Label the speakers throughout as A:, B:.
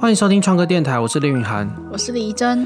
A: 欢迎收听创客电台，我是林允涵。
B: 我是李怡珍，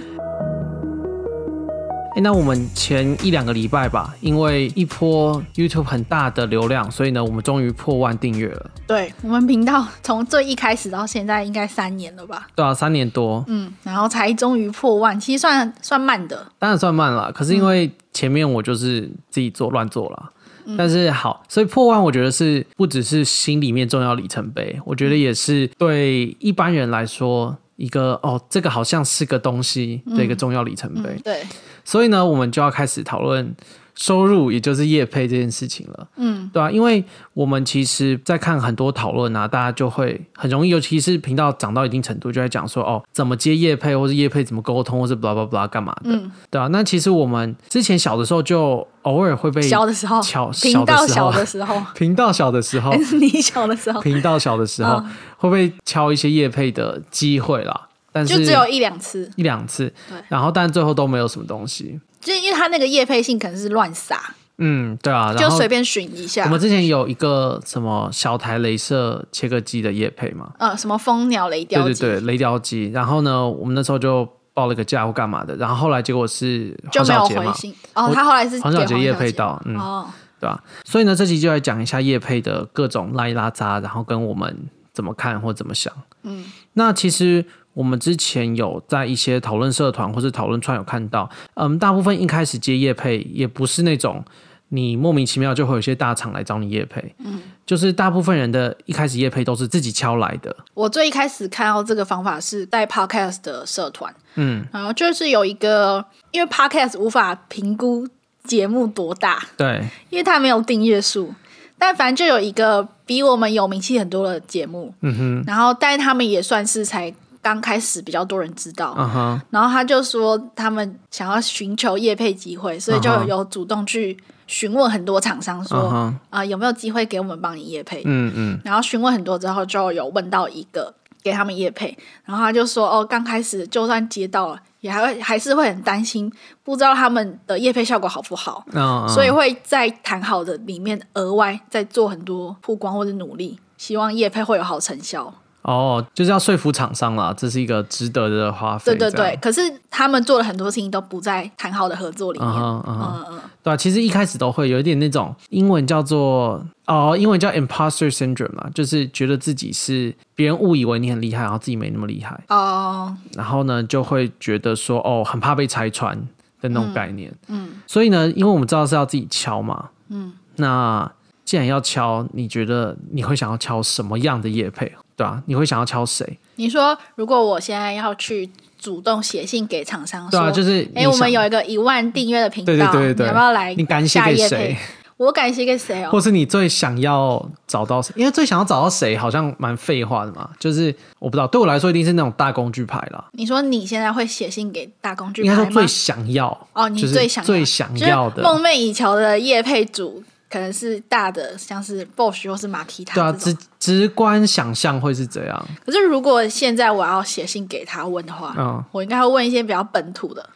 A: 哎，那我们前一两个礼拜吧，因为一波 YouTube 很大的流量，所以呢，我们终于破万订阅了。
B: 对我们频道 从最一开始到现在应该三年了吧？
A: 对啊，三年多，
B: 嗯，然后才终于破万，其实算算慢的，
A: 当然算慢了。可是因为前面我就是自己做乱做了，但是好，所以破万我觉得是不只是心里面重要里程碑，我觉得也是对一般人来说一个哦，这个好像是个东西的一个重要里程碑。
B: 对，
A: 所以呢，我们就要开始讨论收入，也就是业配这件事情了。
B: 嗯，
A: 对啊，因为我们其实，在看很多讨论啊，大家就会很容易，尤其是频道涨到一定程度，就在讲说哦，怎么接业配，或是业配怎么沟通，或是 blah blah blah 干嘛的，
B: 嗯
A: 对啊。那其实我们之前小的时候，就偶尔会被
B: 小的时候，
A: 小
B: 频
A: 小
B: 道小
A: 的
B: 的时候，
A: 频道小的时候，
B: 你小的时候，
A: 频道小的时候，会被敲一些业配的机会啦，但
B: 就是只有一两次，
A: 一两次
B: 对，
A: 然后但最后都没有什么东西。
B: 就是因为他那个叶配性可能是乱撒，
A: 嗯，对啊，然
B: 就
A: 后
B: 随便选一下
A: 我，们之前有一个什么小台镭射切割机的业配嘛，
B: 呃，什么蜂鸟雷
A: 对
B: 雕
A: 对
B: 机，
A: 对，雷雕机。然后呢，我们那时候就报了个价或干嘛的，然后后来结果是
B: 就
A: 黄
B: 没有
A: 小杰嘛
B: 回，信。哦，
A: 我
B: 他后来是
A: 黄
B: 给
A: 小杰业
B: 叶
A: 配，到，嗯，
B: 哦，
A: 对吧、所以呢，这期就来讲一下业配的各种拉一拉杂，然后跟我们怎么看或怎么想。嗯，那其实我们之前有在一些讨论社团或是讨论串有看到，嗯，大部分一开始接业配也不是那种你莫名其妙就会有一些大厂来找你业配，嗯，就是大部分人的一开始业配都是自己敲来的，
B: 我最一开始看到这个方法是在 Podcast 的社团，嗯，然后就是有一个，因为 Podcast 无法评估节目多大，
A: 对，
B: 因为它没有订阅数，但反正就有一个比我们有名气很多的节目，嗯哼，然后但他们也算是才刚开始比较多人知道，
A: 嗯哼，
B: 然后他就说他们想要寻求业配机会，所以就
A: 嗯哼
B: 有主动去询问很多厂商说
A: 嗯
B: 啊、
A: 哼，
B: 有没有机会给我们帮你业配，
A: 嗯嗯，
B: 然后询问很多之后，就有问到一个给他们业配，然后他就说哦，刚开始就算接到了，也还会还是会很担心，不知道他们的业配效果好不好，
A: 那
B: 所以会在谈好的里面额外再做很多曝光或者努力，希望业配会有好成效。
A: 哦，就是要说服厂商啦，这是一个值得的花费，
B: 对对
A: 这样
B: 对，，可是他们做了很多事情都不在谈好的合作里面。
A: 嗯哼嗯哼。
B: 嗯嗯，
A: 对啊，其实一开始都会有一点那种哦英文叫做哦，英文叫 imposter syndrome 嘛，就是觉得自己是别人误以为你很厉害，然后自己没那么厉害，
B: 哦、
A: 然后呢就会觉得说哦，很怕被拆穿的那种概念。嗯，所以呢，因为我们知道是要自己敲嘛，嗯，那既然要敲，你觉得你会想要敲什么样的业配？对啊，你会想要敲谁？
B: 你说如果我现在要去主动写信给厂商
A: 对
B: 说，
A: 啊，就是
B: 哎、
A: 你
B: 我们
A: 想
B: 有一个一万订阅的频道，
A: 对对对对
B: 你要不要来？
A: 你感谢
B: 下
A: 给
B: 夜
A: 谁
B: 配？我感谢给谁哦？
A: 或是你最想要找到谁？因为最想要找到谁，好像蛮废话的嘛。就是我不知道，对我来说一定是那种大工具牌啦。
B: 你说你现在会写信给大工具
A: 应
B: 牌
A: 该说
B: 吗？
A: 最想要，
B: 哦，你
A: 就是
B: 最想要
A: 最想要
B: 就
A: 的，
B: 是梦寐以求的夜配主，可能是大的，像是 Bosch 或是马提塔
A: 对啊，
B: 这种
A: 直直观想象会是怎样？
B: 可是如果现在我要写信给他问的话，
A: 嗯，
B: 我应该会问一些比较本土的，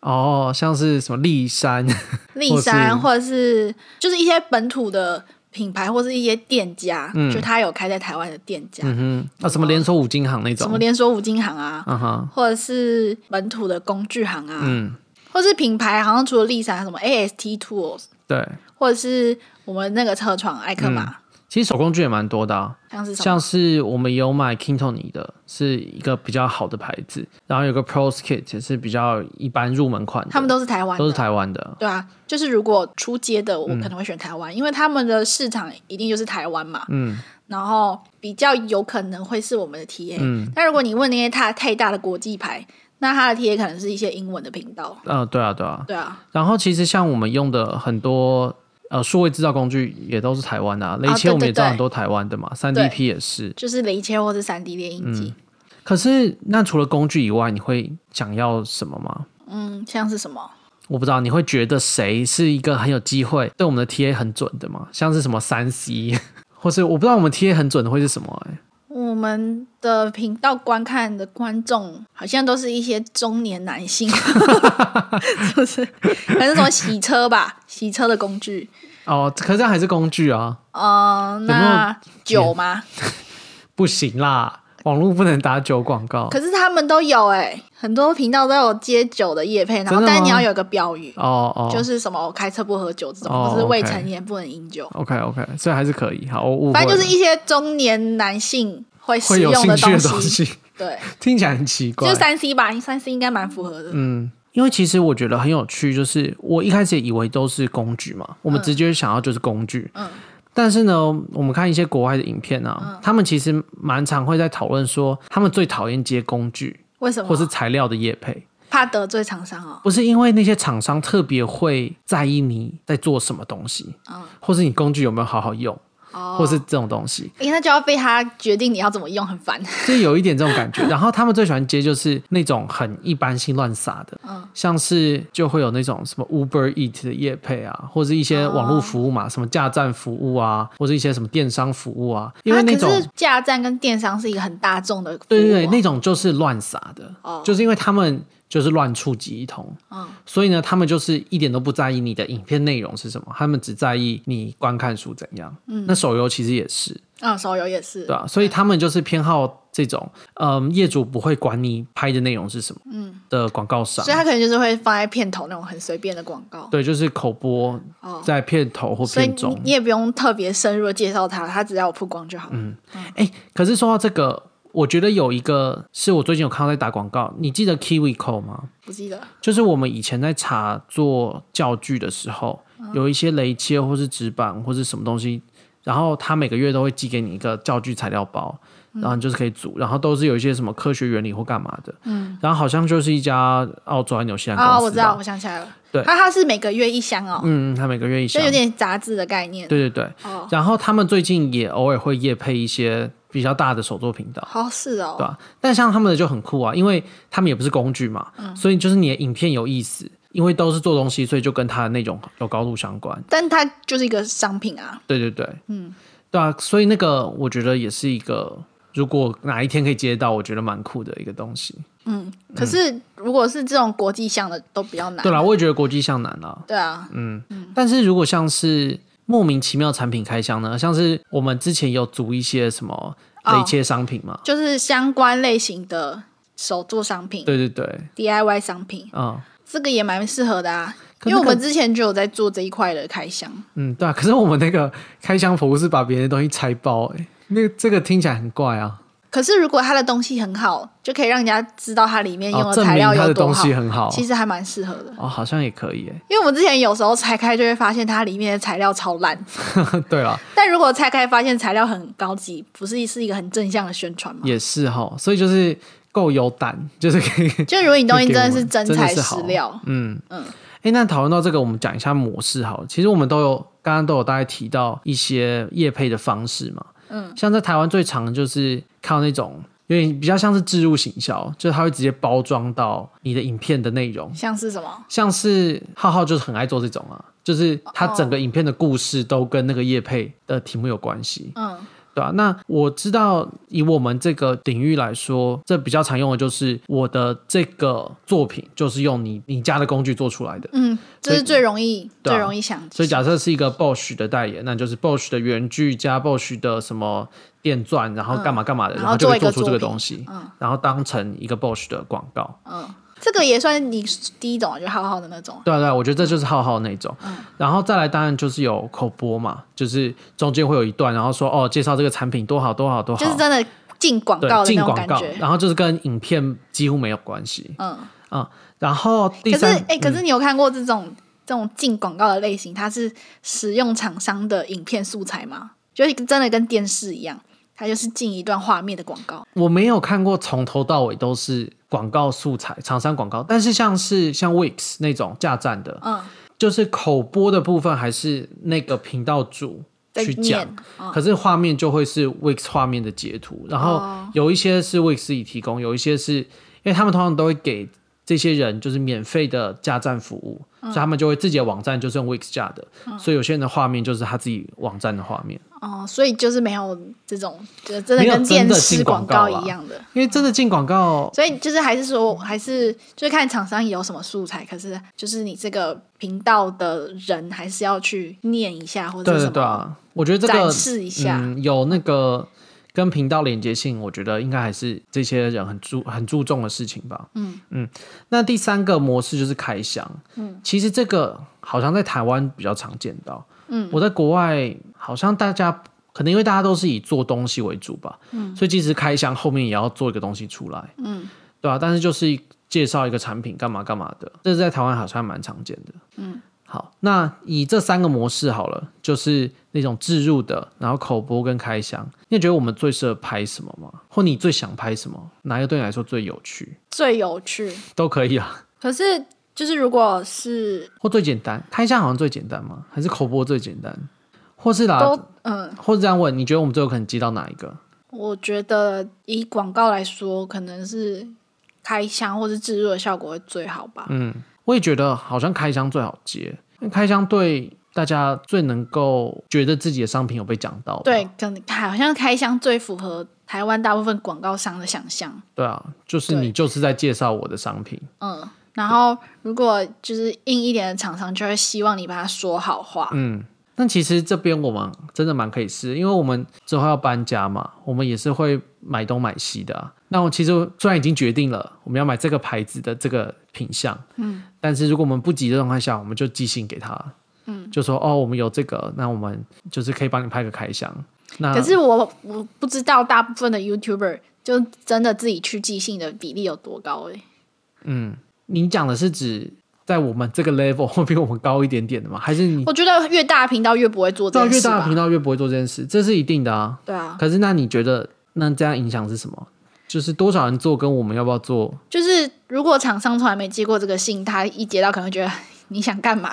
A: 哦，像是什么立山，
B: 立
A: 或是
B: 山或者是就是一些本土的品牌或是一些店家，就他有开在台湾的店家，
A: 嗯哼，啊，什么连锁五金行那
B: 什么
A: 种，
B: 连锁五金行啊，
A: 嗯哼，
B: 或者是本土的工具行啊，
A: 嗯，
B: 或是品牌，好像除了丽莎，什么 AST Tools，
A: 对，
B: 或者是我们那个车床艾克玛，
A: 其实手工具也蛮多的、啊，
B: 像是什
A: 嗯
B: 么？
A: 像是我们有买 Kintony 的，是一个比较好的牌子，然后有个 Pros Kit 也是比较一般入门款的，
B: 他们都是台湾的，
A: 都是台嗯湾的，
B: 对啊，就是如果出街的，我可能会选台湾，因为他们的市场一定就是台湾嘛，
A: 嗯，
B: 然后比较有可能会是我们的 TA，
A: 嗯
B: 但如果你问那些太太大的国际牌，那他的 TA 可能是一些英文的频道，
A: 呃，对啊，对啊。
B: 对啊，
A: 然后其实像我们用的很多呃数位制造工具也都是台湾的、啊，雷切
B: 对
A: 我们也
B: 对
A: 知道
B: 对
A: 很多台湾的嘛，三
B: 对
A: DP 也是。
B: 就是雷切或是三 D 猎鹰
A: 嗯
B: 机，
A: 可是那除了工具以外，你会想要什么吗？
B: 嗯，像是什么？
A: 我不知道，你会觉得谁是一个很有机会对我们的 TA 很准的吗？像是什么三 C，或 是我不知道我们 TA 很准的会是什么、欸？
B: 我们的频道观看的观众好像都是一些中年男性， 就是可能是什么洗车吧， 洗车的工具。
A: 哦，可是这样还是工具啊，
B: 嗯、
A: 有没有
B: 那酒吗？
A: 不行啦，网络不能打酒广告。
B: 可是他们都有哎、很多频道都有接酒的夜配，然
A: 真
B: 后
A: 的
B: 但是你
A: 吗
B: 要有个标语，
A: 哦哦，
B: 就是什么我开车不喝酒这种，
A: 哦
B: 或是未
A: OK
B: 成年不能饮酒，
A: OK OK，所以还是可以。好，我误会了
B: 反正就是一些中年男性会
A: 会
B: 使
A: 有
B: 用
A: 兴趣
B: 东
A: 的
B: 西。
A: 东西，
B: 对，
A: 听起来很奇
B: 就
A: 怪
B: 是。三 C 吧，三 C 应该蛮符合的。
A: 嗯，因为其实我觉得很有趣，就是我一开始也以为都是工具嘛，我们直接想要就是工具。
B: 嗯
A: 但是呢，我们看一些国外的影片啊，他们其实蛮常会在讨论说，他们最讨厌接工具
B: 为什么？
A: 或是材料的业配，
B: 怕得罪厂商哦。
A: 不是因为那些厂商特别会在意你在做什么东西，
B: 嗯
A: 或是你工具有没有好好用，
B: 哦，
A: 或是这种东西。
B: 诶那就要被他决定你要怎么用，很烦。
A: 就有一点这种感觉。然后他们最喜欢接就是那种很一般性乱撒的，
B: 嗯
A: 像是就会有那种什么 Uber Eat 的业配啊，或者一些网络服务嘛，
B: 哦
A: 什么架站服务啊，或者一些什么电商服务啊，因为那种、
B: 啊可是架站跟电商是一个很大众的服务啊，
A: 对对对，那种就是乱撒的，
B: 哦
A: 就是因为他们。就是乱触及一通，
B: 嗯
A: 所以呢，他们就是一点都不在意你的影片内容是什么，他们只在意你观看数怎样。嗯，那手游其实也是，
B: 嗯手游也是
A: 对啊，所以他们就是偏好这种，嗯，业主不会管你拍的内容是什么，嗯，的广告商
B: 所，以他可能就是会放在片头那种很随便的广告。
A: 对，就是口播
B: 哦
A: 在片头或
B: 所以
A: 片
B: 你
A: 中。
B: 你也不用特别深入的介绍它，它只要有曝光就好。嗯，
A: 哎、可是说到这个，我觉得有一个是我最近有看到在打广告，你记得 Kiwi c o 吗？
B: 不记得。
A: 就是我们以前在查做教具的时候，
B: 嗯
A: 有一些雷切或是纸板或是什么东西，然后他每个月都会寄给你一个教具材料包，
B: 嗯
A: 然后你就是可以组，然后都是有一些什么科学原理或干嘛的，嗯，然后好像就是一家澳洲还是纽西兰公司
B: 啊、
A: 吧，
B: 我知道，我想起来了。
A: 对
B: 它它是每个月一箱哦，
A: 嗯，他每个月一
B: 就
A: 箱
B: 有，点杂志的概念。
A: 对对对，
B: 哦
A: 然后他们最近也偶尔会夜配一些比较大的手作频道。
B: 好是哦，
A: 对吧、啊但像他们的就很酷啊，因为他们也不是工具嘛，所以就是你的影片有意思，因为都是做东西，所以就跟他的内容有高度相关。
B: 但它就是一个商品啊。
A: 对对对，嗯，对啊，所以那个我觉得也是一个，如果哪一天可以接到，我觉得蛮酷的一个东西。
B: 可是如果是这种国际项的，都比较难。
A: 嗯对啦，我也觉得国际向难啦，
B: 对啊，
A: 但是如果像是莫名其妙产品开箱呢，像是我们之前有组一些什么
B: 哦
A: 雷切商品嘛，
B: 就是相关类型的手作商品、
A: 对对对，
B: DIY 商品，
A: 嗯
B: 这个也蛮适合的啊。
A: 可
B: 因为我
A: 那个
B: 们之前就有在做这一块的开箱，
A: 嗯，对啊。可是我们那个开箱服务是把别人的东西拆包、欸，那这个听起来很怪啊。
B: 可是如果它的东西很好，就可以让人家知道它里面用
A: 哦、
B: 的
A: 证
B: 材
A: 明
B: 料
A: 他
B: 有
A: 的
B: 多
A: 东
B: 好，
A: 西很好
B: 其实还蛮适合的。
A: 哦，好像也可以耶。
B: 因为我们之前有时候拆开就会发现它里面的材料超烂，
A: 对了，
B: 但如果拆开发现材料很高级，不是是一个很正向的宣传吗？
A: 也是哈，所以就是够有胆， 就是可以，
B: 就如果你东西
A: 给
B: 真
A: 我
B: 的
A: 们
B: 是真
A: 真的
B: 材
A: 是好
B: 实料，
A: 嗯嗯。哎、那讨论到这个，我们讲一下模式好了。其实我们都有刚刚都有大概提到一些业配的方式嘛，嗯，像在台湾最常就是看到那种。有点比较像是置入行销，就是它会直接包装到你的影片的内容，
B: 像是什么？
A: 像是浩浩就是很爱做这种啊，就是他整个影片的故事都跟那个业配的题目有关系，
B: 嗯，
A: 对啊，那我知道以我们这个领域来说，这比较常用的就是我的这个作品就是用你你家的工具做出来的，
B: 嗯，这是最容易、
A: 对啊
B: 最容易想，
A: 所以假设是一个 Bosch 的代言，那就是 Bosch 的原具加 Bosch 的什么电钻，然后干嘛干嘛的，
B: 然
A: 然
B: 后
A: 后就会做
B: 做一个
A: 出这个
B: 作品
A: 东西，然后当成一个 Bosch 的广告。
B: 这个也算你第一种啊，就浩浩的那种。
A: 对啊，对啊，我觉得这就是浩浩那种，
B: 嗯
A: 然后再来当然就是有口播嘛，就是中间会有一段，然后说哦介绍这个产品多好多好多好，
B: 就是真的进广
A: 对
B: 告的
A: 进
B: 那种
A: 广
B: 感
A: 告，
B: 觉。
A: 然后就是跟影片几乎没有关系，
B: 嗯，
A: 然后第
B: 可是
A: 三，嗯
B: 哎、可是你有看过这种、这种进广告的类型，它是使用厂商的影片素材吗？就是真的跟电视一样，它就是进一段画面的广告。
A: 嗯我没有看过从头到尾都是广告素材、厂商广告，但是像是像 Wix 那种架站的，
B: 嗯，
A: 就是口播的部分还是那个频道主
B: 在
A: 去
B: 念
A: 讲，可是画面就会是 Wix 画面的截图，然后有一些是 Wix 自己提供，有一些是因为他们通常都会给这些人就是免费的架站服务，所以他们就会自己的网站就是用 Wix 架的，所以有些人的画面就是他自己网站的画面。
B: 哦、所以就是没有这种，就真的
A: 没有
B: 跟
A: 真的
B: 电视
A: 进
B: 广
A: 广
B: 告
A: 告
B: 一样的。
A: 因为真的进广告，
B: 所以就是还是说，还是就是看厂商有什么素材，可是就是你这个频道的人还是要去念一下或者
A: 对
B: 是什
A: 对啊
B: 么
A: 对啊，我觉得这
B: 展
A: 个
B: 示一下。
A: 嗯，有那个跟频道连接性，我觉得应该还是这些人很注很注重的事情吧。嗯嗯，那第三个模式就是开箱。嗯，其实这个好像在台湾比较常见到。嗯，我在国外好像大家可能因为大家都是以做东西为主吧，嗯，所以即使开箱后面也要做一个东西出来。嗯，对啊，但是就是介绍一个产品干嘛干嘛的，这是在台湾好像蛮常见的。好，那以这三个模式好了，就是那种置入的，然后口播跟开箱。你觉得我们最适合拍什么吗？或你最想拍什么？哪一个对你来说最有趣？
B: 最有趣。
A: 都可以啊，
B: 可是就是如果是
A: 或最简单。开箱好像最简单吗？还是口播最简单？或是
B: 都
A: 啦，
B: 嗯、
A: 或是这样问，你觉得我们最有可能接到哪一个？
B: 我觉得以广告来说，可能是开箱或是置入的效果会最好吧。
A: 嗯我也觉得好像开箱最好接，因为开箱对大家最能够觉得自己的商品有被讲到吧。
B: 对，可能好像开箱最符合台湾大部分广告商的想象。
A: 对啊，就是你就是在介绍我的商品。
B: 嗯，然后如果就是硬一点的厂商，就会希望你把它说好话。
A: 嗯，那其实这边我们真的蛮可以试，因为我们之后要搬家嘛，我们也是会买东买西的、啊。那我其实虽然已经决定了我们要买这个牌子的这个品相，嗯，但是如果我们不急的状况下，我们就寄信给他，嗯，就说哦，我们有这个，那我们就是可以帮你拍个开箱。那
B: 可是我我不知道大部分的 YouTuber 就真的自己去寄信的比例有多高欸诶、
A: 你讲的是指在我们这个 level 会比我们高一点点的吗？还是你
B: 我觉得越大的频道越不会做这
A: 到
B: 件
A: 越
B: 事
A: 大的
B: 吧。
A: 频道越不会做这件事？这是一定的啊。
B: 对啊，
A: 可是那你觉得那这样影响是什么？就是多少人做跟我们要不要做
B: 就是如果厂商从来没接过这个信，他一接到可能会觉得 你想干嘛，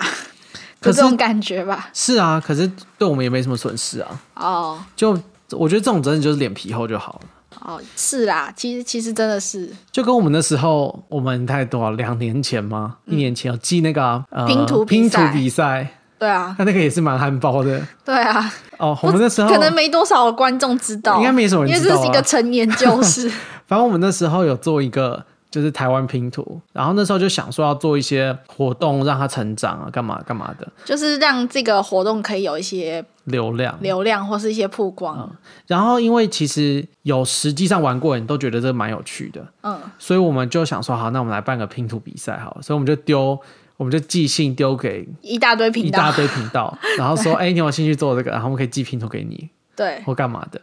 A: 可
B: 就是这种感觉吧。
A: 是啊，可是对我们也没什么损失啊。
B: 哦
A: 就我觉得这种真的就是脸皮厚就好了。
B: 哦，是啦，其实其实真的是
A: 就跟我们那时候，我们太多少两年前吗？一年前有寄那个啊、呃
B: 嗯拼图比
A: 拼图
B: 赛
A: 比赛，
B: 对啊，
A: 那那个也是蛮憨包的
B: 对啊，
A: 哦。我们那时候
B: 可能没多少观众知道，
A: 应该没什么人
B: 因为
A: 知道
B: 这
A: 啊
B: 是一个成年旧 事。
A: 反正我们那时候有做一个就是台湾拼图，然后那时候就想说要做一些活动让它成长啊，干嘛干嘛的
B: 就是让这个活动可以有一些
A: 流量。
B: 流量或是一些曝光。
A: 然后因为其实有实际上玩过的人都觉得这蛮有趣的，
B: 嗯，
A: 所以我们就想说，好，那我们来办个拼图比赛好了，所以我们就丢，我们就寄信丢给
B: 一大堆
A: 一
B: 频
A: 大
B: 道，
A: 堆频 道，然后说，哎、你有没有兴趣做这个，然后我们可以寄拼图给你
B: 对，
A: 或干嘛的。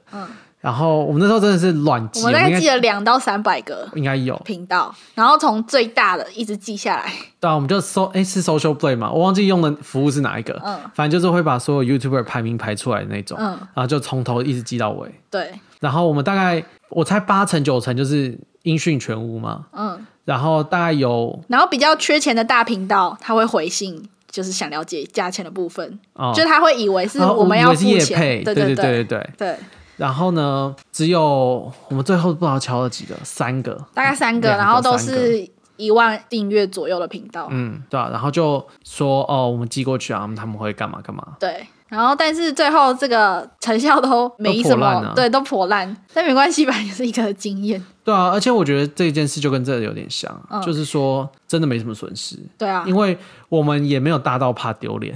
A: 然后我们那时候真的是乱寄，
B: 嗯我
A: 我
B: 们
A: 们
B: 啊大
A: 应该
B: 概记了两到三百个
A: 应该有，
B: 频道，然后从最大的一直记下来。
A: 对啊，我们就搜，哎、是 social play 嘛，我忘记用的服务是哪一个，
B: 嗯
A: 反正就是会把所有 YouTuber 排名排出来的那种，
B: 嗯
A: 然后就从头一直寄到尾。
B: 对，
A: 然后我们大概我猜八成九成就是音讯全无嘛，
B: 嗯，
A: 然后大概有
B: 然后比较缺钱的大频道，他会回信，就是想了解价钱的部分，
A: 哦，
B: 就是他会以为是
A: 然后
B: 我们要
A: 以为
B: 付
A: 是业配，
B: 钱，对
A: 对
B: 对
A: 对对。
B: 对，
A: 然后呢，只有我们最后不知道敲了几个，三个，
B: 大概三个，
A: 两个
B: 然后都
A: 三
B: 是一万订阅左右的频道，
A: 嗯，对啊，然后就说哦，我们寄过去啊，他们会干嘛干嘛。
B: 对。然后，但是最后这个成效都没
A: 都
B: 什
A: 破
B: 么，
A: 烂啊
B: 对，都破烂，但没关系吧，也是一个经验，
A: 对啊，而且我觉得这件事就跟这个有点像，啊
B: 嗯
A: 就是说真的没什么损失，
B: 对啊，
A: 因为我们也没有大到怕丢脸，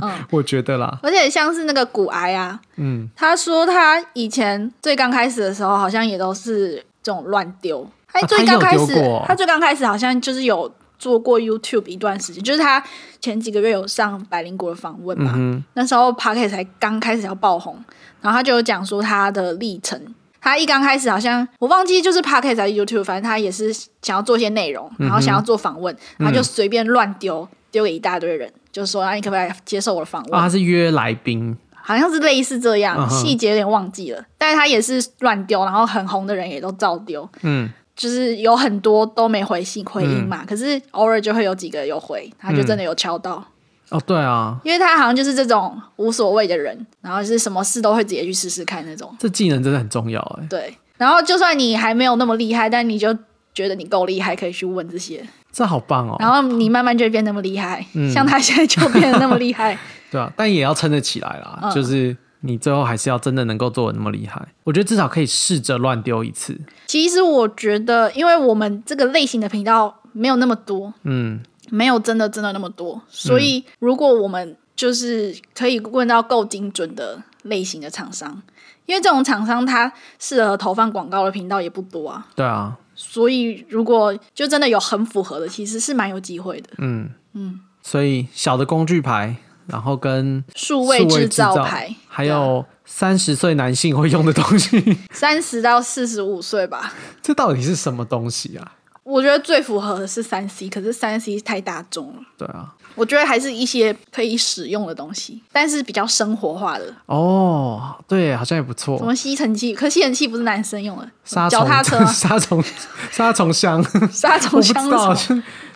B: 嗯
A: 我觉得啦，
B: 而且像是那个骨癌啊，
A: 嗯，
B: 他说他以前最刚开始的时候，好像也都是这种乱丢。他
A: 啊
B: 最刚开
A: 他
B: 始，
A: 也有丢过哦
B: 他最刚开始好像就是有做过 YouTube 一段时间，就是他前几个月有上百灵果的访问嘛，
A: 嗯
B: 那时候 p a k 才刚开始要爆红，然后他就有讲说他的历程。他一刚开始好像我忘记就是 p a r k e 还是 YouTube，反正他也是想要做一些内容，
A: 嗯
B: 然后想要做访问，然后就随便乱丢，丢给一大堆人，就说啊你可不可以来接受我的访问？
A: 啊，他是约来宾，
B: 好像是类似这
A: 嗯
B: 样，
A: 哼
B: 细节有点忘记了。但是他也是乱丢，然后很红的人也都照丢，
A: 嗯，
B: 就是有很多都没回信回应嘛。可是偶尔就会有几个有回，他就真的有敲到，
A: 哦，对啊，
B: 因为他好像就是这种无所谓的人，然后是什么事都会直接去试试看那种。
A: 这技能真的很重要哎、
B: 对，然后就算你还没有那么厉害，但你就。觉得你够厉害，可以去问这些，
A: 这好棒哦，嗯
B: 然后你慢慢就会变那么厉害，像他现在就变得那么厉 害。
A: 对啊，但也要撑得起来啦，
B: 嗯
A: 就是你最后还是要真的能够做的那么厉害，我觉得至少可以试着乱丢一次，
B: 其实我觉得，因为我们这个类型的频道没有那么多，
A: 嗯，
B: 没有真的真的那么多，所以如果我们就是可以问到够精准的类型的厂商，因为这种厂商它适合投放广告的频道也不多啊，
A: 对啊，
B: 所以如果就真的有很符合的，其实是蛮有机会的。
A: 嗯嗯，所以小的工具牌，然后跟
B: 数
A: 数
B: 位
A: 位
B: 制
A: 制
B: 造
A: 造
B: 牌，啊
A: 还有三十岁男性会用的东西，
B: 三十到四十五岁吧，
A: 这到底是什么东西啊？
B: 我觉得最符合的是三 C，可是三 C 太大众了，
A: 对啊，
B: 我觉得还是一些可以使用的东西，但是比较生活化的，
A: 哦，对，好像也不
B: 什
A: 错。
B: 么吸尘器，可吸尘器不是男生用的，
A: 杀
B: 脚
A: 虫
B: 踏车、啊、
A: 杀虫杀虫箱，
B: 杀
A: 我不
B: 虫
A: 知
B: 箱是什
A: 道，
B: 么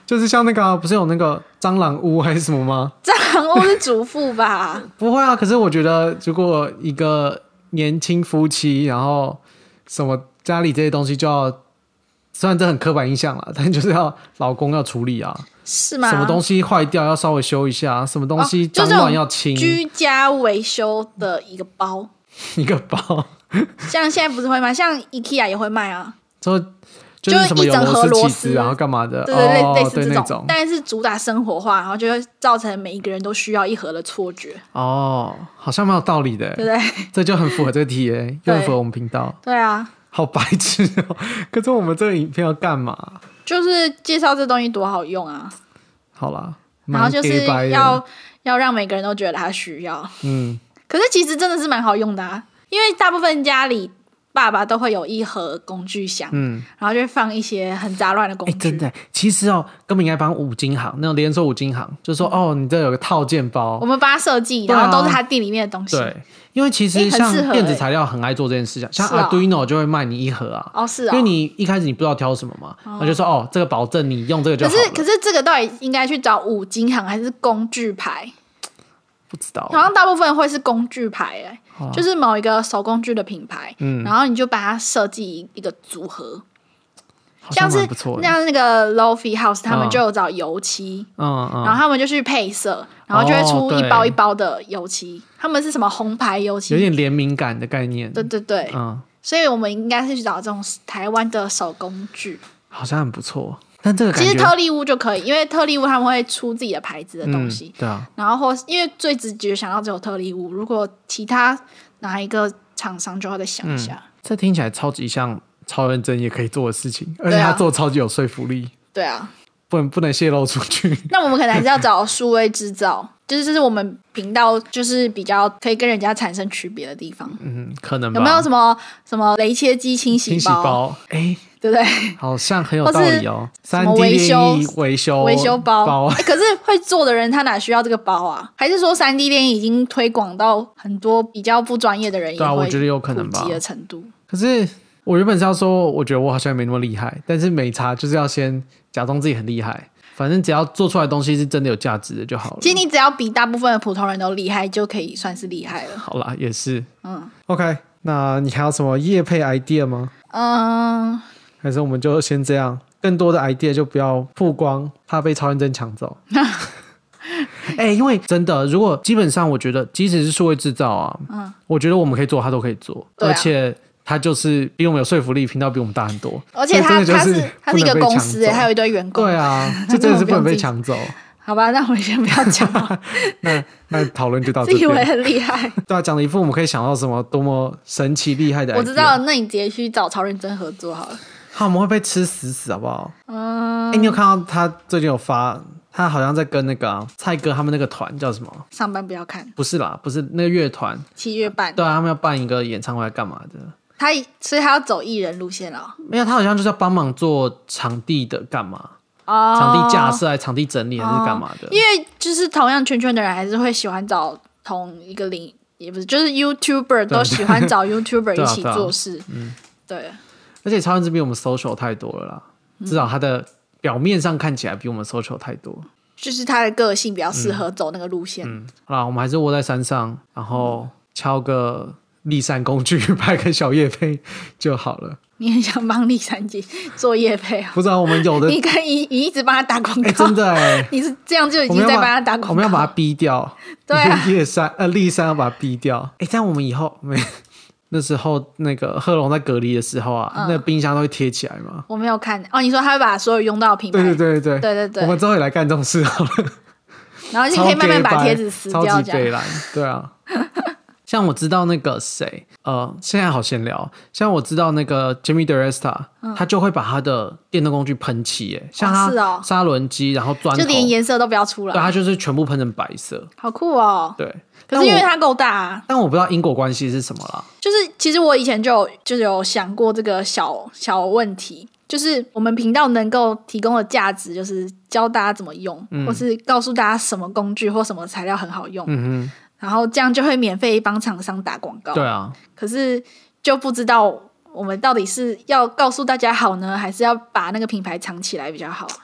A: 就就是像那个啊、不是有那个蟑螂屋还是什么吗？
B: 蟑螂屋是主妇吧？
A: 不会啊，可是我觉得如果一个年轻夫妻，然后什么家里这些东西就要，虽然这很刻板印象啦，但就是要老公要处理啊，
B: 是吗？
A: 什么东西坏掉要稍微修一下，什么东西
B: 哦就
A: 脏
B: 这种
A: 乱要清、
B: 居家维修的一个包，
A: 一个包，
B: 像现在不是会卖，像 IKEA 也会卖啊，
A: 之后就
B: 就是
A: 什么
B: 一
A: 有
B: 整盒
A: 螺起
B: 螺
A: 子，
B: 丝
A: 然后干嘛的，
B: 对对类、
A: 哦、
B: 类似
A: 对
B: 这
A: 那
B: 种
A: 种，
B: 但是主打生活化，然后就会造成每一个人都需要一盒的错觉，
A: 哦，好像蛮有道理的
B: 对
A: 欸，
B: 不对？
A: 这就很符合这题耶，又很符合我们频道，
B: 对啊，
A: 好白痴哦！ 可是我们这个影片要干嘛？
B: 就是介绍这东西多好用啊，
A: 好啦，
B: 然后
A: 蛮
B: 就是
A: gay 掰的
B: 要要让每个人都觉得他需要，
A: 嗯。
B: 可是其实真的是蛮好用的啊，因为大部分家里。爸爸都会有一盒工具箱，嗯，然后就会放一些很杂乱的工
A: 哎、
B: 具，
A: 真的欸，其实哦，根本应该帮五金行那种连锁五金行，就说、
B: 嗯
A: 哦，你这有个套件
B: 我
A: 包，
B: 们帮他设计，
A: 对啊
B: 然后都是他店里面的东西。
A: 对，啊因为其实
B: 欸很
A: 像
B: 适合
A: 电子
B: 欸
A: 材料很爱做这件事情，像
B: 是哦
A: Arduino 就会卖你一盒啊，
B: 哦，是
A: 因
B: 啊、
A: 为你一开始你不知道挑什么嘛，我、就说哦，这个保证你用这个就
B: 可
A: 好
B: 是
A: 了，
B: 可是这个到底应该去找五金行还是工具牌？
A: 不知道
B: 好像大部分会是工具牌、欸，
A: 哦嗯
B: 就是某一个手工具的品牌，然后你就把它设计一个组合，
A: 好
B: 像
A: 蛮
B: 是
A: 不错的，
B: 像那个 Lofi House，他们
A: 嗯
B: 就有找油漆。
A: 嗯
B: 然后
A: 嗯，
B: 他们就去配色，然后就会
A: 哦
B: 出
A: 对
B: 一包一包的油漆。他们是什么红牌油漆
A: 有？点联名感的概念，
B: 对对对，
A: 嗯，
B: 所以我们应该是去找这种台湾的手工具。
A: 好像很不错，但这个感
B: 其
A: 觉
B: 实特例屋就可以，因为特例屋他们会出自己的牌子的东西，
A: 嗯，对啊，
B: 然后或因为最直觉想到只有特例屋，如果其他哪一个厂商就要再想一下。
A: 这听起来超级像超认真也可以做的事情，而且
B: 对啊
A: 他做超级有说服力，
B: 对啊，
A: 不能不能泄露出去。
B: 那我们可能还是要找数位制造， 就是这是我们频道就是比较可以跟人家产生区别的地方。
A: 嗯，可能吧。
B: 有没有什么什么雷切机清洗
A: 清洗包？哎、
B: 对不对？
A: 好像很有
B: 或是
A: 道理哦。
B: 什
A: 三
B: 么
A: D
B: 维修
A: 电影维修
B: 维修包
A: 哦
B: 哎
A: 包，
B: 诶可是会做的人他哪需要这个包啊？还是说三 D 电影已经推广到很多比较不专业的人也
A: 对啊，我
B: 会
A: 觉得有可
B: 普
A: 能吧
B: 及。的程度？
A: 可是我原本是要说，我觉得我好像没那么厉害，但是没差，就是要先假装自己很厉害。反正只要做出来的东西是真的有价值的就好了
B: 其。实你只要比大部分的普通人都厉害，就可以算是厉害了。
A: 好啦，也是。
B: 嗯
A: OK，那你还有什么业配 idea 吗？
B: 嗯，
A: 还是我们就先这样？更多的 idea 就不要曝光，怕被超认真抢 走。哎、因为真的，如果基本上，我觉得即使是数位制造啊，嗯，我觉得我们可以做，他都可以做，
B: 对啊
A: 而且他就是比我们有说服力，频道比我们大很 多，
B: 而且他
A: 所以真
B: 他
A: 的就是
B: 他是一个
A: 不能被
B: 公
A: 抢
B: 司
A: 走
B: 哎，还有一堆员 工。
A: 对啊，这真的是不能被抢 走。
B: 好吧，那我们先不要讲 了，
A: 那那讨论就到这
B: 自以为
A: 边，
B: 很厉害。
A: 对啊，讲了一副我们可以想到什么多么神奇厉害的 idea，
B: 我知道，那你直接去找超认真合作好了。
A: 好，我们会被吃死死，好不好？哎、
B: 嗯，
A: 你有看到他最近有发，他好像在跟那个啊、蔡哥他们那个团叫什么？
B: 上班不要看
A: 不是啦，不是那个乐团，
B: 七月半，
A: 对啊，他们要办一个演唱会来干嘛的？
B: 他所以他要走艺人路线了
A: 没有，他好像就是要帮忙做场地的干嘛？
B: 哦，
A: 场地架设、还是场地整理还是干嘛的？
B: 因为就是同样圈圈的人还是会喜欢找同一个领，也不是，就是 YouTuber 都喜欢 找 YouTuber
A: 对
B: 一
A: 啊
B: 起
A: 对啊
B: 做事。嗯，对。
A: 而且超人这边我们 social 太多了啦，
B: 嗯
A: 至少他的表面上看起来比我们 social 太多。
B: 就是他的个性比较适合走那个路线。
A: 好啦，我们还是窝在山上，然
B: 嗯
A: 后敲个立山工具， 拍个小夜飞就好了。
B: 你很想帮李三姐做业配啊？
A: 不 知道我们有的，
B: 你跟你你一直帮他打广
A: 哎、
B: 告，
A: 真的哎、
B: 你是这样就已
A: 我
B: 经
A: 们要
B: 在
A: 把
B: 帮他打广告。
A: 我们要把它逼掉。
B: 对啊
A: 叶山呃立山要把它逼掉。哎、但我们以后没 那时候那个贺龙在隔离的时候
B: 嗯
A: 啊，那个冰箱都会贴起来嘛。
B: 我没有看哦，你说他会把所有用到的品牌，
A: 对对对对
B: 对对对
A: 我们之后也来干这种事好了，
B: 然后你
A: 超
B: 可以慢慢
A: 给
B: 把
A: 白
B: 贴纸撕
A: 超
B: 掉，
A: 级
B: 这
A: 北
B: 样
A: 蓝，对啊。像我知道那个谁，呃，现在好闲聊。像我知道那个 Jimmy Diresta，、他就会把他的电动工具喷漆，哎，像
B: 是嗯哦
A: 他砂轮机，然后砖头，
B: 就连
A: 对，
B: 颜色都不要出来，
A: 他就是全部喷成白色。
B: 好酷哦！
A: 对，
B: 可是因为
A: 但我
B: 它够大、啊，
A: 但我不知道因果关系是什么啦。
B: 就是其实我以前就有就是有想过这个小小问题，就是我们频道能够提供的价值，就是教大家怎么用，或是告诉大家什么工具或什么材料很好用，
A: 嗯
B: 然后这样就会免费帮厂商打广告
A: 哼，。对啊，
B: 可是就不知道我们到底是要告诉大家好呢，还是要把那个品牌藏起来比较好？啊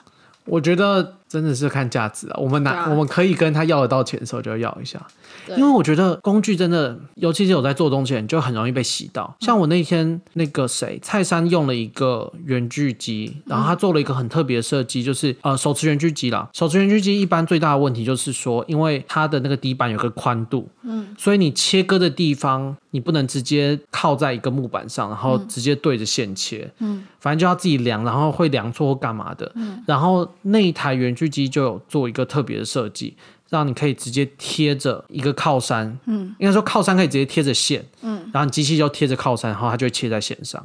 A: 我觉得真的是看价值啊。我们拿、
B: 对啊
A: 我们可以跟他要得到钱的时候就要一下，
B: 对
A: 因为我觉得工具真的，尤其是有在做东西的人，就很容易被洗到。
B: 嗯
A: 像我那天那个谁，蔡山用了一个圆锯机，然后他做了一个很特别的设计，就是呃手持圆锯机啦。手持圆锯机一般最大的问题就是说，因为它的那个底板有个宽度，嗯，所以你切割的地方你不能直接靠在一个木板上，然后
B: 嗯
A: 直接对着线切，反正就要自己量，然后会量错或干嘛的。然后那一台圆锯机就有做一个特别的设计，让你可以直接贴着一个靠山，嗯，应该说靠山可以直接贴着线，嗯，然后你机器就贴着靠山，然后它就会切在线上。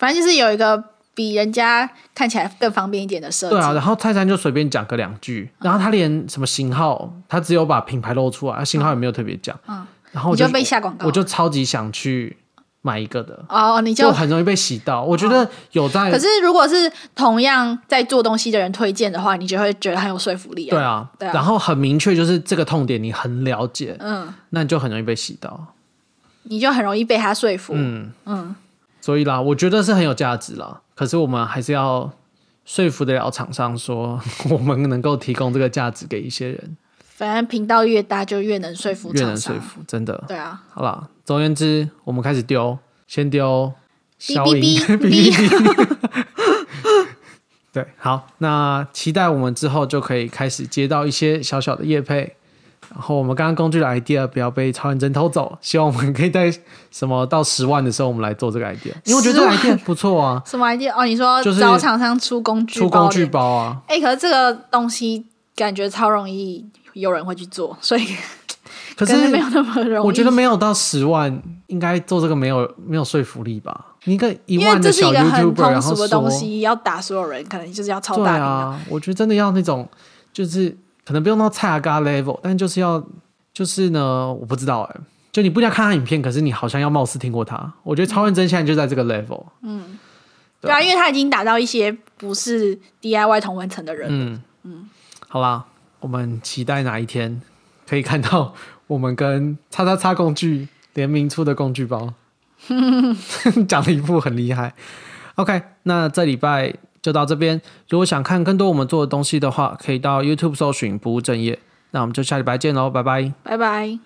B: 反正就是有一个比人家看起来更方便一点的设计。
A: 对啊，然后泰山就随便讲个两句，然后他连什么型号，他只有把品牌露出来，他型号也没有特别讲，嗯，然后
B: 你
A: 我
B: 就被下广告，
A: 我就超级想去买一个的，
B: 哦，你
A: 就
B: 就。
A: 很容易被洗到。我觉得有在
B: 可是如果是同样在做东西的人推荐的话，你就会觉得很有说服力啊。
A: 对啊，
B: 对啊
A: 然后很明确，就是这个痛点你很了解，
B: 嗯，
A: 那你就很容易被洗到。
B: 你就很容易被他说服。
A: 嗯所以啦，我觉得是很有价值啦。可是我们还是要说服得了厂商说， 我们能够提供这个价值给一些人，
B: 反正频道越大，就越能说服
A: 越
B: 厂
A: 能说
B: 商。
A: 服。真的，
B: 对啊，
A: 好啦，总而言之，我们开始丢，先丢
B: 哔
A: 消
B: 哔
A: 音，
B: 哔
A: 对，好，那期待我们之后就可以开始接到一些小小的业配，然后我们刚刚工具的 idea 不要被超认真偷走，希望我们可以在什么到十万的时候，我们来做这个 idea，因为我觉得这个 idea 不错啊，
B: 什么 idea？哦，你说
A: 就是
B: 找厂商出工具
A: 出
B: 包
A: 工具
B: 的
A: 包啊，
B: 哎、可是这个东西感觉超容易有人会去做，所以
A: 可是
B: 感觉没有那么容易。
A: 我觉得没有到十万，应该做这个没有没有说服力吧？你一个一
B: 因为
A: 万
B: 这
A: 的
B: 是
A: 小
B: 一个很
A: YouTuber，然
B: 通
A: 后
B: 俗的
A: 说，
B: 东西，要打所有人，可能就是要超
A: 对
B: 大屏的。
A: 啊，我觉得真的要那种，就是可能不用到蔡阿嘎 level，但就是要，就是呢，我不知道哎、就你不一定要看他影片，可是你好像要貌似听过他。我觉得超认真现在就在这个 level，
B: 对啊，因为他已经打到一些不是 DIY 同文层的人。
A: 嗯嗯，好啦，我们期待哪一天可以看到我们跟叉叉叉工具联名出的工具包， 讲了一副很厉害。OK，那这礼拜就到这边。如果想看更多我们做的东西的话，可以到 YouTube 搜寻“不务正业”。那我们就下礼拜见喽，拜拜。
B: 拜拜。